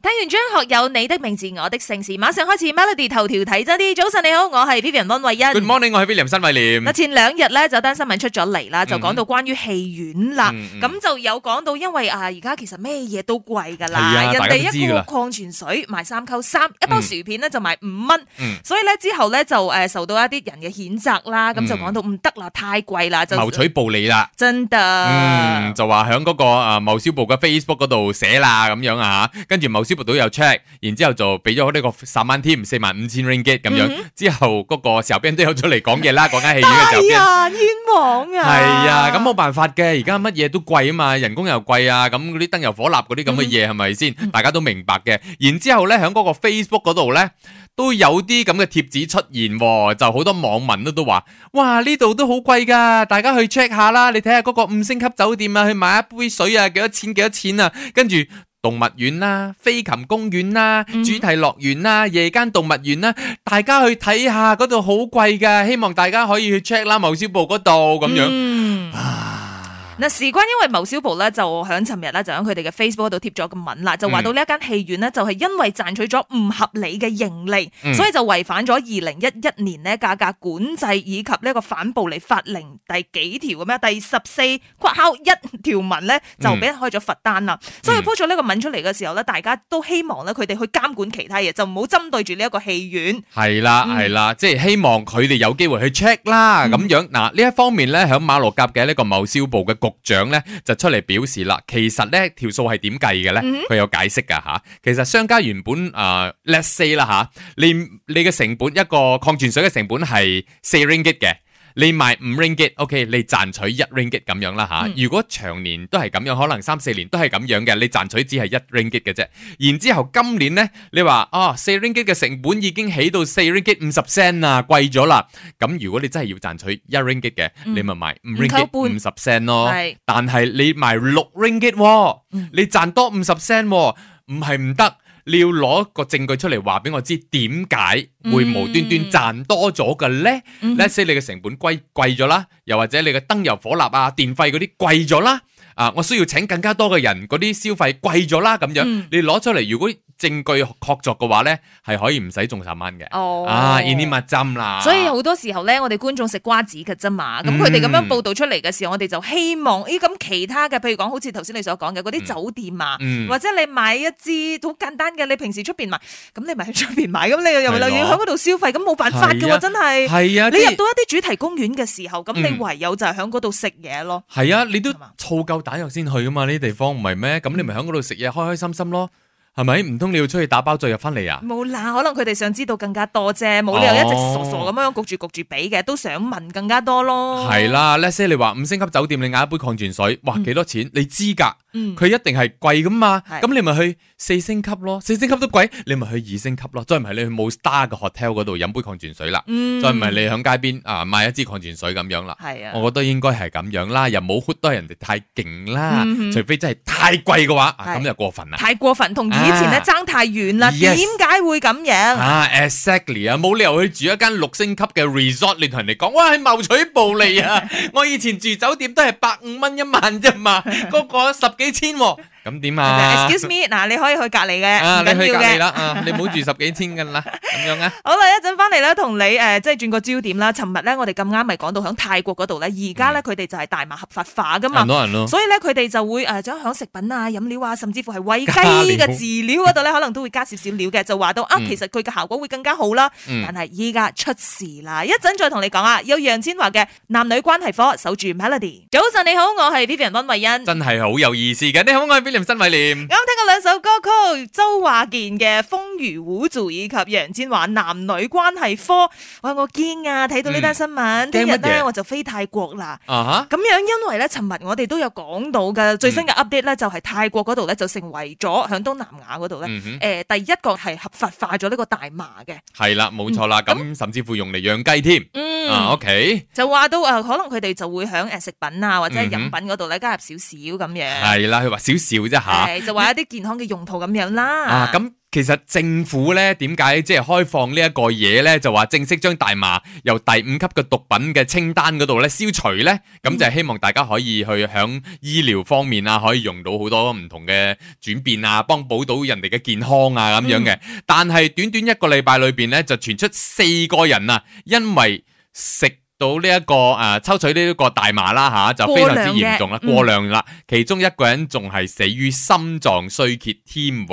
聽完張學友《你的名字我的姓氏》，馬上開始 Melody 頭條睇真啲。早晨你好，我係 Vivian 溫慧欣。 Good morning，我係 William 新偉廉嗱，。前兩日咧就單新聞出咗嚟啦，就講到關於戲院啦，嗯嗯咁、就有講到因為啊而家其實咩嘢都貴㗎啦，係啊人大家都哋知一㗎個啦礦泉水賣三溝三，一包嗯薯片咧就賣五蚊，嗯所以咧之後咧就誒、呃受到一啲人嘅譴責啦，咁就嗯講到唔得啦，太貴啦，就謀取暴利啦，真嗯，的。就話喺嗰個啊貿消部嘅 Facebook 嗰度寫啦咁樣啊，跟住貿消部都有 check，然之後就俾咗呢個十萬添四萬五千 ringgit 咁樣，之後嗰個時候 b 都有出嚟 講嘢啦，嗰間戲院嘅時候哎呀，冤枉啊！係啊，咁冇辦法嘅，而家乜嘢都貴啊嘛，人工又貴啊，咁嗰啲燈油火蠟嗰啲咁嘅嘢係咪先？大家都明白嘅。然之後咧，喺嗰個 Facebook 嗰度咧，都有啲咁嘅貼紙出現喎，就好多網民都都話：哇，呢度都好貴㗎，大家去 check 下啦。你睇下嗰個五星級酒店啊，去買一杯水啊，幾多錢幾多錢啊？跟住。動物園啦、飛禽公園啦、嗯主題樂園啦、夜間動物園啦，大家去睇下，嗰度好貴噶，希望大家可以去 check 啦，某消部嗰度 Ừ. 咁樣。啊嗯嗱，事關因為某小部咧就響尋日咧就喺佢哋嘅 Facebook 度貼咗個文啦，就嗯話到呢一間戲院呢，就係因為賺取咗唔合理嘅盈利，嗯所以就違反咗二零一一年呢價格管制以及呢一個反暴利法令第幾條咁樣第十四括號一條文咧就俾人開咗罰單啦。嗯所以 p 咗呢個文出嚟嘅時候咧，大家都希望咧佢哋去監管其他嘢，就唔好針對住呢一個戲院。係啦，嗯係啦，即係希望佢哋有機會去 check 啦，咁樣嗱呢一方面咧，響馬六甲嘅呢個貿消部嘅局長咧就出嚟表示啦，其實咧條數係點計嘅咧，嗯佢有解釋㗎吓。其實商家原本啊、呃 let's say 啦吓，你你嘅成本一個礦泉水嘅成本係四 ringgit 嘅。你賣五 ringgit，OK，、你賺取一 ringgit 咁樣啦吓。嗯如果長年都係咁樣，可能三四年都係咁樣嘅，你賺取只係一 ringgit 嘅啫。然之後今年呢，你話哦四 ringgit 嘅成本已經起到四 ringgit 五十 cent 啦，貴咗啦。咁如果你真係要賺取一 ringgit 嘅，嗯你咪賣五五 ringgit 扣半五十 cent 咯。係但係你賣六 ringgit，、喎嗯，你賺多五十 cent，喎唔係唔得。你要攞個證據出嚟話俾我知點解會無端端賺多咗嘅呢？嗯 let's say 你嘅成本貴貴咗啦，又或者你嘅燈油火蠟啊、電費嗰啲貴咗啦，啊，我需要請更加多嘅人，嗰啲消費貴咗啦，咁樣、嗯你攞出嚟，如果證據確鑿嘅話咧，係可以唔使中十蚊嘅。哦啊，呢啲物針啦，所以好多時候咧，我哋觀眾食瓜子嘅啫嘛。咁嗯佢哋咁樣報導出嚟嘅時候，我哋就希望，咦咁其他嘅，譬如講好似頭先你所講嘅嗰啲酒店啊，嗯或者你買一支好簡單嘅，你平時出邊買，咁你咪去出邊買，咁你又係又咯要喺嗰度消費，咁冇辦法嘅係喎，啊真係。係啊，你入即係到一啲主題公園嘅時候，咁你嗯唯有就係喺嗰度食嘢咯。係啊，你都嗯係嘛嗯儲夠彈藥先去噶嘛？呢啲地方唔係咩？咁你咪喺嗰度食嘢，開開心心咯，係咪？唔通你要出去打包再入翻嚟啊？冇啦，可能佢哋想知道更加多啫，冇理由一直傻哦傻咁樣焗住焗住俾嘅，都想問更加多咯。係，啦，let's say 你話五星級酒店你嗌一杯礦泉水，哇嗯幾多錢？你知㗎。嗯，佢一定係貴噶嘛，係咁你咪去四星級咯，四星級都貴，你咪去二星級咯，再唔係你去冇 star 嘅 hotel 嗰度飲杯礦泉水啦，嗯再唔係你喺街邊啊買一支礦泉水咁樣啦，係啊。我覺得應該係咁樣啦，又冇 hit 得人哋太勁啦，嗯哼除非真係太貴嘅話，啊係咁就過分啦。太過分，同以前咧啊爭太遠啦。點 Yes 解會咁樣？啊，exactly 啊，冇理由去住一間六星級嘅 resort，你同人哋講，哇，係謀取暴 利啊！我以前住酒店都係百五蚊一晚 啫嘛，嗰個十幾千喎，咁點啊 Excuse me，嗱，你可以去隔離嘅，啊，唔你去緊隔要離嘅。啦，啊，你唔好住十幾 千㗎啦，咁樣啊，好啦，一陣翻嚟咧，同你誒即係轉個焦點啦。尋日咧，我哋咁啱咪講到響泰國嗰度咧，而家咧佢哋就係大麻合法化噶嘛好。多嗯啊人咯，所以咧，佢哋就會誒將響食品啊、飲料啊，甚至乎係 餵雞嘅飼料嗰度咧，可能都會加少少料嘅，就話到啊，嗯其實佢嘅效果會更加好啦。嗯但係依家出事啦，一陣再同你講啊。有楊千嬅嘅男女關係科守住 Melody。早晨你好，我係 Vivian 温慧欣。真係好有意思嘅。你好，我係 William 新偉啱。聽廉過兩首歌曲，周華健嘅《風如虎做》以及楊千嬅《男女關係科》。哇，我驚啊！睇到呢單新聞，聽嗯驚日乜咧嘢我就飛泰國啦。啊哈，咁樣，因為咧，尋日我哋都有講到嘅最嗯新嘅 update 咧，就係泰國嗰度咧就成為咗響東南亞嗰度咧，嗯啊哼，誒第一個係合法化咗呢個大麻嘅。係啦，冇錯啦，咁甚至乎用嚟養雞添。啊嗯， ，OK，就話到呃誒，可能佢哋就會響誒食品啊或者係飲嗯哼品嗰度咧加入少少咁樣，係啦，佢話少少啫吓。誒就話一啲健康嘅用途咁樣啦。啊，咁其實政府咧點解即係開放呢一個嘢咧，就話正式將大麻由第五級嘅毒品嘅清單嗰度咧消除咧，咁就係希望大家可以去響醫療方面啊，可以用到好多唔同嘅轉變啊，幫補到人哋嘅健康啊咁樣嘅。但係短短一個禮拜裏邊咧，就傳出四個人啊，因為食。到呢、一個誒、啊抽取呢一個大麻啦吓、就非常之嚴重啦，過量嘅過量啦，其中一個人仲係死於心臟衰竭添喎。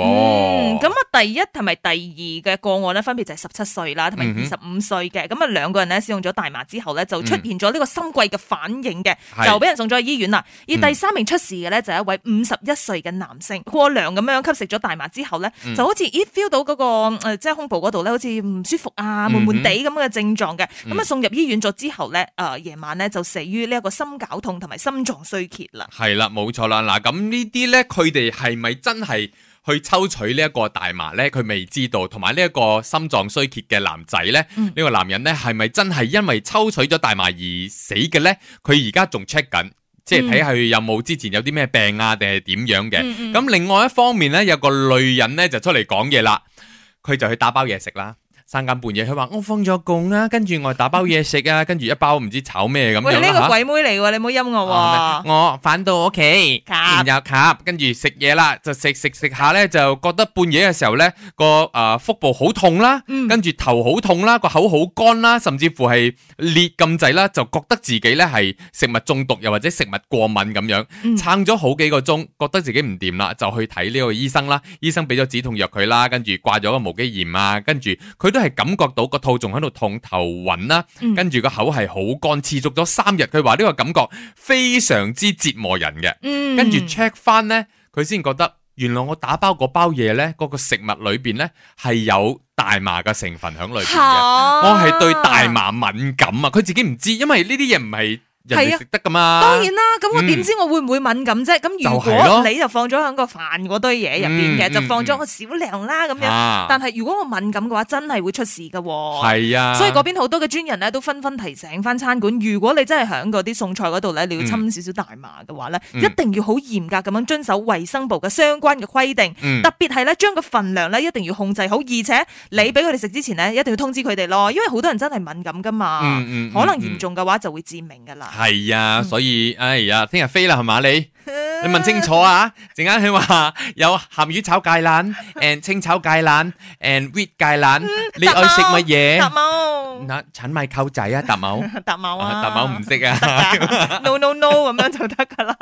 嗯，哦咁啊，第一同埋第二嘅個案咧，分別就係十七歲啦，同埋二嗯十五歲嘅。咁啊，兩個人咧使用咗大麻之後咧，就出現咗呢個心悸嘅反應嘅，係嗯就俾人送咗去醫院啦。而第三名出事嘅咧，就係一位五十一歲嘅男性，過量咁樣吸食咗大麻之後咧，嗯就好似咦 feel 到嗰個呃即係胸部嗰度咧，好似唔舒服嗯啊，悶悶地咁嘅症狀嘅。咁啊，送入醫院咗之後咧，誒夜晚咧就死於呢一個心絞痛同埋心臟衰竭啦。系啦，冇錯啦。嗱，咁呢啲呢，佢哋係咪真係去抽取呢一個大麻呢？佢未知道，同埋呢一個心臟衰竭嘅男仔呢，呢、嗯個男人呢，係咪真係因為抽取咗大麻而死嘅呢？佢而家仲 check 緊，即係睇下佢有冇之前有啲咩病啊，定係點樣嘅？嗯嗯嗯咁另外一方面呢，有個女人呢就出嚟講嘢啦，佢就去打包嘢食啦。三更半夜，佢話我放咗工啦，跟住我打包嘢食啊，跟住一包唔知炒咩咁喂，樣呢啦嚇啊個鬼妹嚟喎，你唔好陰我喎。哦我返到屋企，夾然後夾，跟住食嘢啦，就食食食下咧，就覺得半夜嘅時候咧，個誒腹部好痛啦，嗯跟住頭好痛啦，個口好乾啦，甚至乎係裂咁滯啦，就覺得自己咧係食物中毒又或者食物過敏咁樣，嗯撐咗好幾個鐘，覺得自己唔掂啦，就去睇呢個醫生啦。醫生俾咗止痛藥佢啦，跟住掛咗個無機鹽啊，跟住佢都係感覺到個肚仲喺度痛、頭暈啦，嗯跟住個口係好乾，持續咗三日。佢話呢個感覺非常之折磨人嘅。嗯跟住 check 翻呢，佢先覺得原來我打包嗰包嘢呢，嗰、個食物裏邊呢係有大麻嘅成分喺裏邊嘅。嚇我係對大。麻敏感啊，佢自己唔知，因為呢啲嘢唔係人係啊哋食得噶嘛。當然啦，咁我嗯點知我會唔會敏感啫？咁如就係果咯你就放咗喺個飯嗰堆嘢入邊嘅，嗯就放咗嗯個少量啦咁樣。啊但係如果我敏感嘅話，真係會出事㗎喎。係啊，所以嗰邊好多嘅專人咧都紛紛提醒翻餐館，如果你真係喺嗰啲餸菜嗰度咧，你要侵少少大麻嘅話咧，嗯一定要好嚴格咁樣遵守衞生部嘅相關嘅規定。嗯特別係咧，將個份量咧一定要控制好，而且你俾佢哋食之前咧，一定要通知佢哋咯，因為好多人真係敏感噶嘛，嗯嗯嗯可能嚴重嘅話就會致命噶啦。係啊，所以哎呀，聽日飛啦係嘛你？你問清楚啊！陣間佢話有鹹魚炒芥蘭，and 清炒芥蘭，and wheat 芥蘭，你愛食乜達嘢？某，嗱，陳米溝仔啊，達某，達某啊，嗯啊達某唔識啊。 ，no no no 咁樣就得噶啦。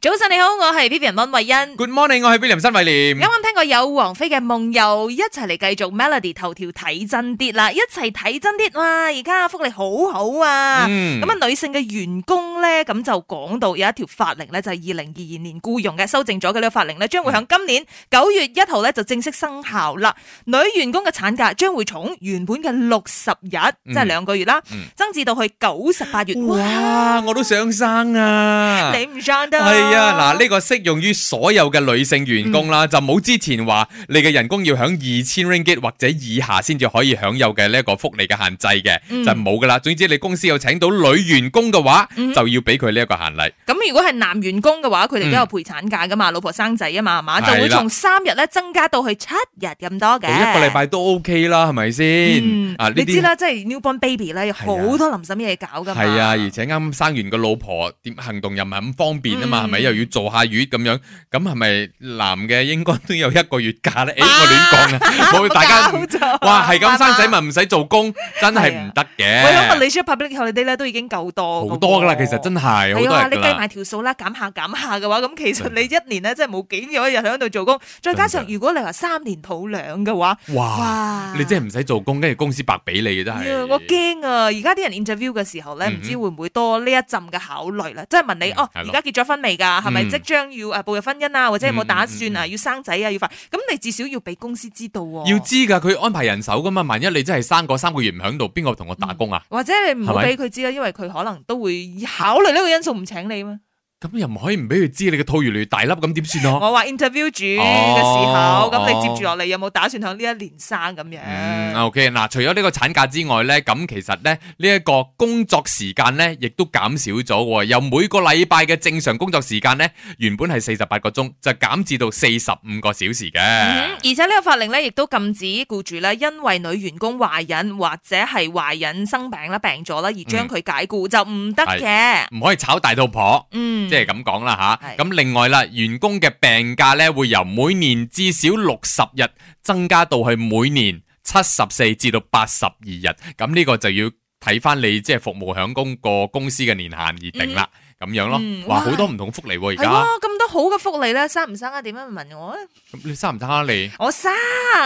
早晨你好，我係 Vivian 温慧欣。 Good morning，我係 William 新偉廉啱。啱聽過有王菲嘅《夢遊》，一齊嚟繼續 Melody 頭條睇真啲啦，一齊睇真啲哇！而家福利好好啊，嗯咁啊、女性嘅員工咧，咁就講到有一條法令咧，就係二零二二年僱傭嘅修正咗嘅呢個法令咧，將會嗯響今年九月一號咧就正式生效啦。女員工嘅產假將會從原本嘅六十日，即係嗯兩個月啦，嗯增至到去九十八月。哇，我都想生啊！你唔上得係啊，嗱，呢個適用於所有嘅女性員工嗯啦，就冇之前話你嘅人工要響二千 ringgit 或者以下先至可以享有嘅呢一個福利嘅限制嘅，嗯就冇噶啦。總之你公司有請到女員工嘅話，嗯就要俾佢呢一個限例。咁如果係男員工嘅話，佢哋都有陪產假噶嘛，老婆生仔啊嘛，係嘛，嗯係就啦會從三日咧增加到去七日咁多嘅。到一個禮拜都 OK 啦，係咪先嗯？啊，你呢知啲啊啦，即係 newborn baby 咧，有好多臨審嘢搞噶嘛。係啊，而且啱生完個老婆，點行動又唔係咁方便啊嘛，嗯係咪又要做下月咁樣？咁係咪男嘅應該都有一個月 假咧？誒，啊我亂講啊， 冇大家唔家哇，係咁生仔咪唔使做工，真係唔得我諗嘅。 Malaysia 啊 public holiday 咧都已經夠多㗎喎好多噶啦，其實真係好係多啊，人你噶計啦。埋條數啦，減下減下嘅話，咁其實你一年咧真係冇幾有一日喺度做工，再加上真如果你話三年抱兩嘅話，哇！哇！哎你真係唔使做工，跟住公司白俾你嘅真呀係。我驚啊！而家啲人 interview 嘅時候咧，嗯唔知會唔會多呢一陣嘅考慮啦？即係問你嗯哦，係而咯家結咗婚未㗎？係咪嗯即將要誒步入婚姻啊？或者有冇嗯打嗯算啊？要生仔啊？要發咁你至少要俾公司知道喎。要知㗎，佢安排人手㗎嘛。萬一你真係生個三個月唔喺度，邊個同我打工啊？或者你唔好係咪俾佢知啦，因為佢可能都會考慮呢個因素唔請你嘛。咁又唔可以唔俾佢知你嘅套越嚟越大粒，咁 點算啊？我話 interview 主嘅時哦候，咁你哦接住落嚟有冇打算響呢一年生咁嗯樣？ ，OK，嗱，除咗呢個產假之外咧，咁其實咧呢一個工作時間咧，亦都減少咗喎，由每個禮拜嘅正常工作時間咧，原本係四十八個鐘，就減至到四十五個小時嗯嘅而。且呢個法令咧，亦都禁止僱主咧，因為女員工懷孕或者係懷孕生病啦、病咗啦，嗯而將佢解僱就唔得嘅。唔可以炒大肚婆，嗯，即係咁講啦係吓。咁另外啦，員工嘅病假咧會由每年至少六十日增加到去每年七十四至到八十二日。咁呢個就要睇翻你即係服務響公個公司嘅年限而定啦。咁樣咯嗯，哇，哇好多唔同福利喎而係家喎。，咁多好嘅福利咧，生唔生啊？點樣唔問我啊？咁你生唔生啊 你？我生，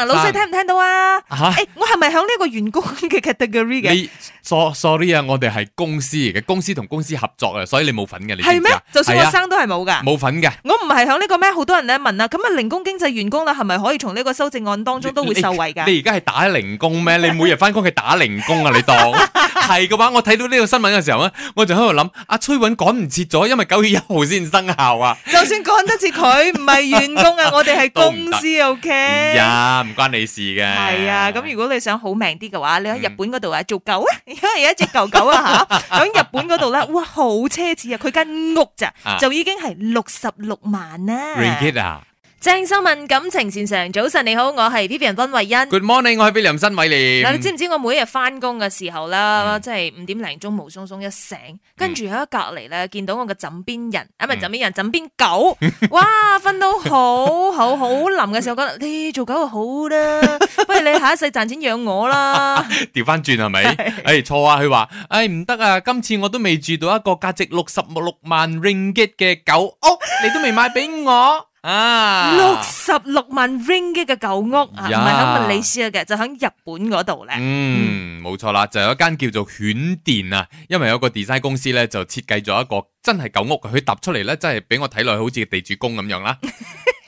老細聽唔聽到啊？ 吓，誒，我係咪響呢個員工嘅 category 嘅？你 so- sorry 啊，我哋係公司嚟嘅，公司同公司合作啊，所以你冇份嘅，你知係唔知咩啊？？就算我係啊生都係冇噶。冇份嘅。我唔係響呢個咩？好多人咧問啊，咁啊零工經濟員工啦，係咪可以從呢個修正案當中都會受惠㗎？你你而家係打零工 咩？你每日翻工係打零工啊？你當係嘅話，我睇到呢個新聞嘅時候咧，我就喺度諗，阿崔允趕唔切咗，因為九月一號先生 效啊。就算趕得切佢，唔係員工啊，我哋係公司哎 OK。呀，唔關你事嘅。係啊，咁如果你想好命啲嘅話，你喺日本嗰度啊做狗啊， 因為有一隻狗狗啊吓，喺日本嗰度咧，哇好奢侈啊！佢間屋咋啊就已經係六十六萬啦。 Ringgit 啊鄭秀文感情線上，早晨你好，我係 Vivian 温慧欣。 ，Good morning，我係 William 新偉嗱，你廉知。唔知我每日翻工嘅時候啦，嗯即係五點零鐘無鬆鬆一醒，跟住喺隔離咧見到我嘅枕邊人，啊唔係嗯枕邊人，枕邊 狗，哇，瞓到好好好冧嘅時候，覺得你做狗就好 啦，不如你下一世賺錢養我啦。調翻轉係咪？誒錯啊！佢話：誒唔得啊！今次我都未住到一個價值六十六萬 ringgit 嘅狗屋，你都未買俾我啊！六十六萬 ringgit 嘅狗屋啊，唔係呀喺馬來西亞嘅，就喺日本嗰度咧。嗯，冇錯啦，就有一間叫做犬殿啊，因為有個 design 公司咧就設計咗一個真係狗屋，佢搭出嚟咧真係俾我睇落去好似地主公咁 樣啦。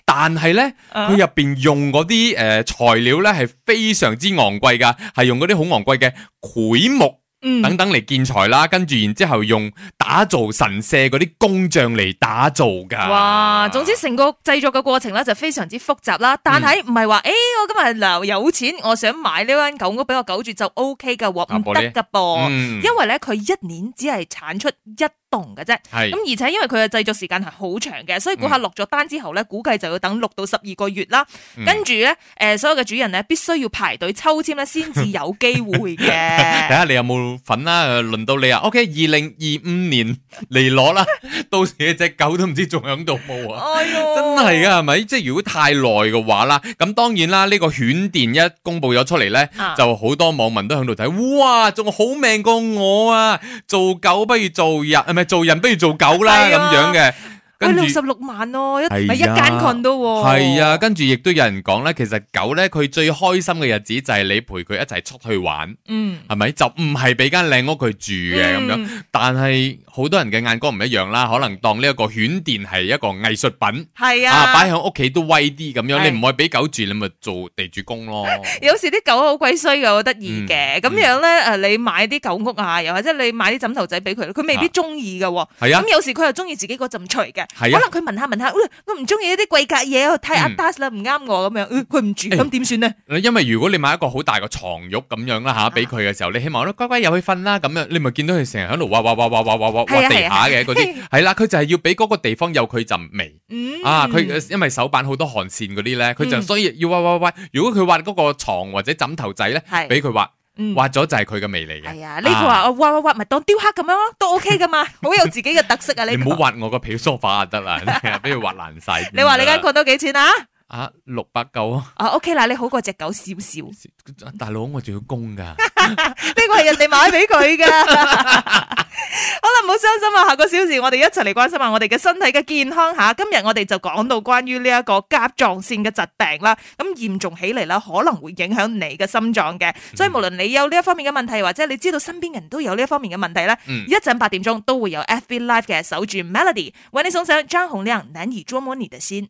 但係咧，啊佢入邊用嗰啲誒材料咧係非常之昂貴噶，係用嗰啲好昂貴嘅檜木嗯等等嚟建材啦，跟住然之後用打造神社嗰啲工匠嚟打造噶。哇！總之成個製作嘅過程咧就非常之複雜啦，但係嗯唔係話誒我今日嗱有錢，我想買呢間狗屋俾我狗住就 O K 噶喎，啊唔玻璃得噶噃，嗯，因為咧佢一年只係產出一棟嘅啫，係咁而且因為佢嘅製作時間係好長嘅，所以顧客落咗單之後咧，估計就要等六到十二個月啦，嗯跟住咧誒所有嘅主人咧必須要排隊抽籤咧先至有機會 睇嘅。哎下你有冇份啦，呃輪到你啊！OK，二零二五 年嚟攞啦， 到時你只狗都唔知仲喺度冇啊！哎呦，真係噶，係咪？即係如果太耐嘅話啦，咁當然啦，呢、個犬殿一公佈咗出嚟呢，啊就好多網民都喺度睇，哇，仲好命過我啊！做狗不如做人，唔係做人不如做狗啦，係咁、啊哎樣嘅。喂跟六住。十六萬咯，一係咪一間呀 condo 喎，係啊，跟住亦都有人講咧，其實狗咧佢最開心嘅日子就係你陪佢一齊出去玩，嗯，係咪？就唔係俾間靚屋佢住嘅咁、樣。嗯但係好多人嘅眼光唔一樣啦，可能當呢一個犬殿係一個藝術品係啊，啊，擺喺屋企都威啲咁樣，係嗯你唔可以俾狗住，你咪做地主公咯。有時啲狗好鬼衰嘅，好得意嘅。咁、嗯樣咧，誒你買啲狗屋啊，又或者你買啲枕頭仔俾佢，佢未必中意嘅喎。係啊咁，有時佢又中意自己嗰陣除嘅，係可啊能佢聞下聞下，喂我唔中意呢啲貴格嘢，我太嗯 atas 啦，唔啱我咁樣，呃佢唔住，誒咁點算呢？因為如果你買一個好大嘅床褥咁樣啦啊吓，俾佢嘅時候，你希望咧乖乖入去瞓啦咁樣，你咪見到佢成日喺度挖挖挖挖挖挖挖係挖啊地係下啊嘅 嗰啲，係啦，佢就係要俾嗰個地方有佢陣味。嗯啊！佢因為手板好多汗線嗰啲咧，佢就嗯所以要挖挖挖。如果佢挖嗰個床或者枕頭仔咧，係俾佢挖，嗯挖咗就係佢嘅味嚟嘅。係啊，呢個話我挖挖挖咪當雕刻咁樣咯，都 OK 噶嘛，好有自己嘅特色啊！你呢唔好個。挖我個皮梳化就得 啦，啊俾佢挖爛晒。你話你間 condo 幾錢啊？啊六百九啊，啊 OK 啦，你好過只狗少少，呢大佬我仲要供噶。個係人哋買俾佢噶。好啦， 唔好傷心啊！下個小時我哋一齊嚟關心下我哋嘅身體嘅健康吓。今日我哋就講到關於呢一個甲狀腺嘅疾病啦，咁嚴重起嚟啦，可能會影響你嘅心臟嘅。所以無論你有呢一方面嘅問題，或者你知道身邊人都有呢一方面嘅問題咧，嗯一陣八點鐘都會有 FB Live 嘅守住 Melody 為你送上張洪亮難以捉摸你的心。